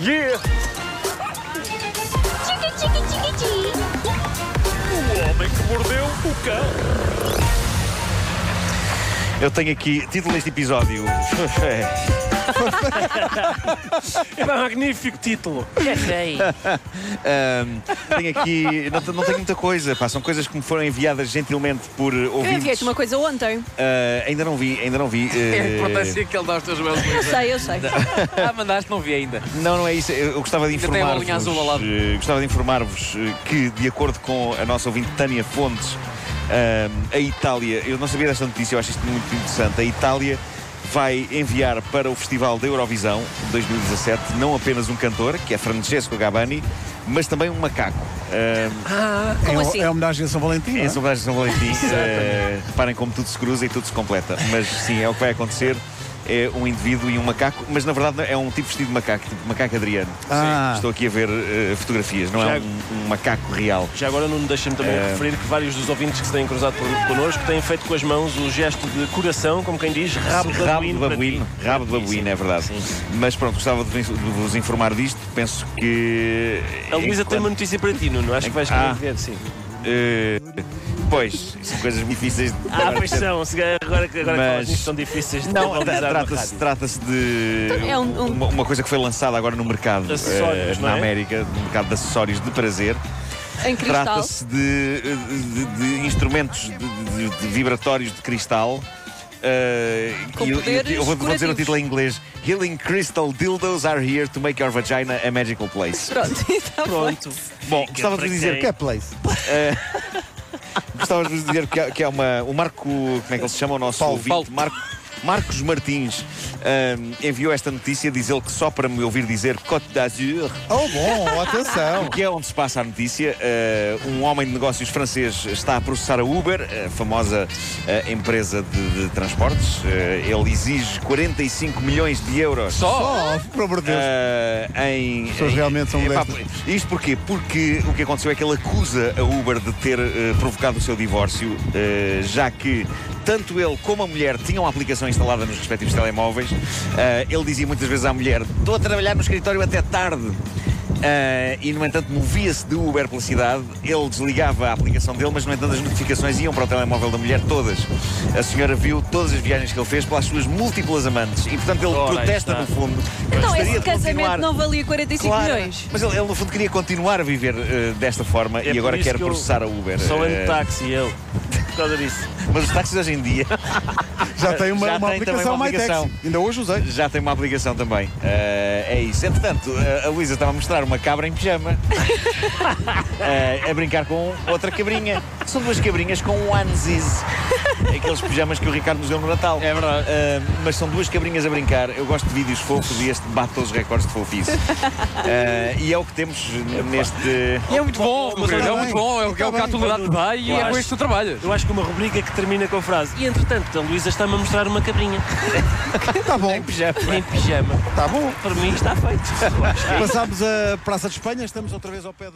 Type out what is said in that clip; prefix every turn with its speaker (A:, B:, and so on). A: dia.
B: Tchiqui, tchiqui, tchiqui, tchiqui.
A: O homem que mordeu o cão.
C: Eu tenho aqui título deste episódio. É,
D: É um magnífico título.
E: É feio.
C: ahm, um, tenho aqui. Não, te- não tenho muita coisa, pá, são coisas que me foram enviadas gentilmente por eh,
F: Eu enviei-te
C: ouvintes.
F: uma coisa ontem.
C: Ah, ainda não vi, ainda não vi.
E: É a
C: eh,
E: importância que ele dá aos teus meus
F: Eu sei, eu sei.
E: Ah, mandaste, não vi ainda.
C: Não, não é isso. Eu eu gostava de
E: Ainda tem a
C: informar-vos.
E: bolinha azul ao lado.
C: eh, Gostava de informar-vos eh, que, de acordo com a nossa ouvinte Tânia Fontes, ahm, a Itália, eu não sabia desta notícia, eu acho isto muito interessante. A Itália vai enviar para o Festival da Eurovisão de 2017 não apenas um cantor, que é Francesco Gabani, mas também um macaco. Ahm,
F: Como
C: um-
G: é,
F: assim?
G: é homenagem a São Valentim. não é?
C: em homenagem a São Valentim, eh, reparem como tudo se cruza e tudo se completa. Mas sim, é o que vai acontecer. É um indivíduo e um macaco, mas na verdade é um tipo vestido de macaco, tipo macaco Adriano.
G: Ah.
C: Estou aqui a ver eh, fotografias, não é
D: Já-
C: um, um macaco real.
D: Já agora não deixa-me também
C: É.
D: referir que vários dos ouvintes que se têm cruzado por- connosco têm feito com as mãos o gesto de coração, como quem diz, rabo de
C: Rabo de
D: babuíno. para
C: babuíno,
D: ti.
C: rabo de
D: Para ti,
C: babuíno,
D: sim.
C: é verdade.
D: Sim.
C: Mas pronto, gostava de vos- de vos informar disto. Penso que.
D: A Luísa tem uma notícia para ti, Nuno. Acho que vais querer
C: Ah.
D: ver, sim.
C: Eh, pois, são coisas muito difíceis de.
D: Ah, pois são. se calhar Agora, que- agora que
C: Mas-
D: falas nisto, são difíceis de
C: Não,
D: valorizar na
C: trata-se
D: rádio.
C: trata-se de
F: É um- um-
C: Uma, uma coisa que foi lançada agora no mercado
D: Acessórios,
C: eh,
D: não
C: na
D: é?
C: América, no mercado de acessórios de prazer. um
F: Em cristal.
C: Trata-se de, de- de instrumentos de, de- de vibratórios de cristal. eh,
F: Com
C: e eu- eu,
F: poderes
C: eu vou, vou dizer o
F: curativos.
C: título em inglês: Healing Crystal Dildos Are Here to Make Your Vagina a Magical Place.
F: Pronto, então está bem.
D: Pronto.
C: Bom, gostava de vos
D: para quem?
C: dizer,
G: Que é place.
C: gostava de vos dizer que, há, que há uma, o Marco, como é que ele se chama? O nosso
G: Paulo.
C: ouvinte,
E: Paulo.
C: Marco- Marcos Martins, ahm, enviou esta notícia, diz ele que só para me ouvir dizer Côte d'Azur,
G: Oh, bom, atenção.
C: que é onde se passa a notícia. eh, um homem de negócios francês está a processar a Uber, a famosa eh, empresa de, de transportes. Eh, ele exige 45 milhões de euros.
E: Só?
G: Oh, por amor de Deus.
C: eh, em,
G: pessoas
C: em-
G: realmente são
C: epá,
G: destas.
C: Isto porquê? Porque o que aconteceu é que ele acusa a Uber de ter eh, provocado o seu divórcio, eh, já que tanto ele como a mulher tinham a aplicação instalada nos respectivos telemóveis. Eh, ele dizia muitas vezes à mulher: Estou a trabalhar no escritório até tarde. Eh, e, no entanto, movia-se de Uber pela cidade. Ele desligava a aplicação dele, mas, no entanto, as notificações iam para o telemóvel da mulher todas. A senhora viu todas as viagens que ele fez pelas suas múltiplas amantes. E, portanto, ele
D: Ora, aí
C: protesta,
D: está.
C: no fundo. que
F: Então,
C: gostaria
F: esse
C: de continuar-
F: casamento não valia 45
C: Claro,
F: milhões.
C: mas ele, ele, no fundo queria continuar a viver eh, desta forma
D: É
C: e agora
D: por isso
C: quer
D: que eu
C: processar a Uber.
D: Só ando
C: Eh,
D: de táxi, eu. Por causa disso.
C: mas os táxis hoje em dia
G: Já tem uma,
C: já
G: uma
C: tem também
G: aplicação
C: uma
G: MyTaxi.
C: aplicação.
G: Ainda hoje usei.
C: já tem uma aplicação também. Eh, é isso. Entretanto, eh, a Luísa estava a mostrar uma cabra em pijama eh, a brincar com outra cabrinha. São duas cabrinhas com um onesies. Aqueles pijamas que o Ricardo nos deu no Natal.
E: É verdade.
C: Uh, mas são duas cabrinhas a brincar. Eu gosto de vídeos fofos e este bate todos os recordes de fofice. Uh, e é o que temos neste.
E: E é muito bom, mas é muito bom, é o que é o que a atualidade te dá e
D: Eu
E: é com
D: acho-
E: isto que tu trabalhas.
D: Eu acho que uma rubrica que termina com a frase. E entretanto, a Luísa está-me a mostrar uma cabrinha
G: Está Tá bom,
C: pijama.
D: em pijama.
G: está bom.
D: Para mim está feito.
G: Passámos a Praça de Espanha, estamos outra vez ao pé da.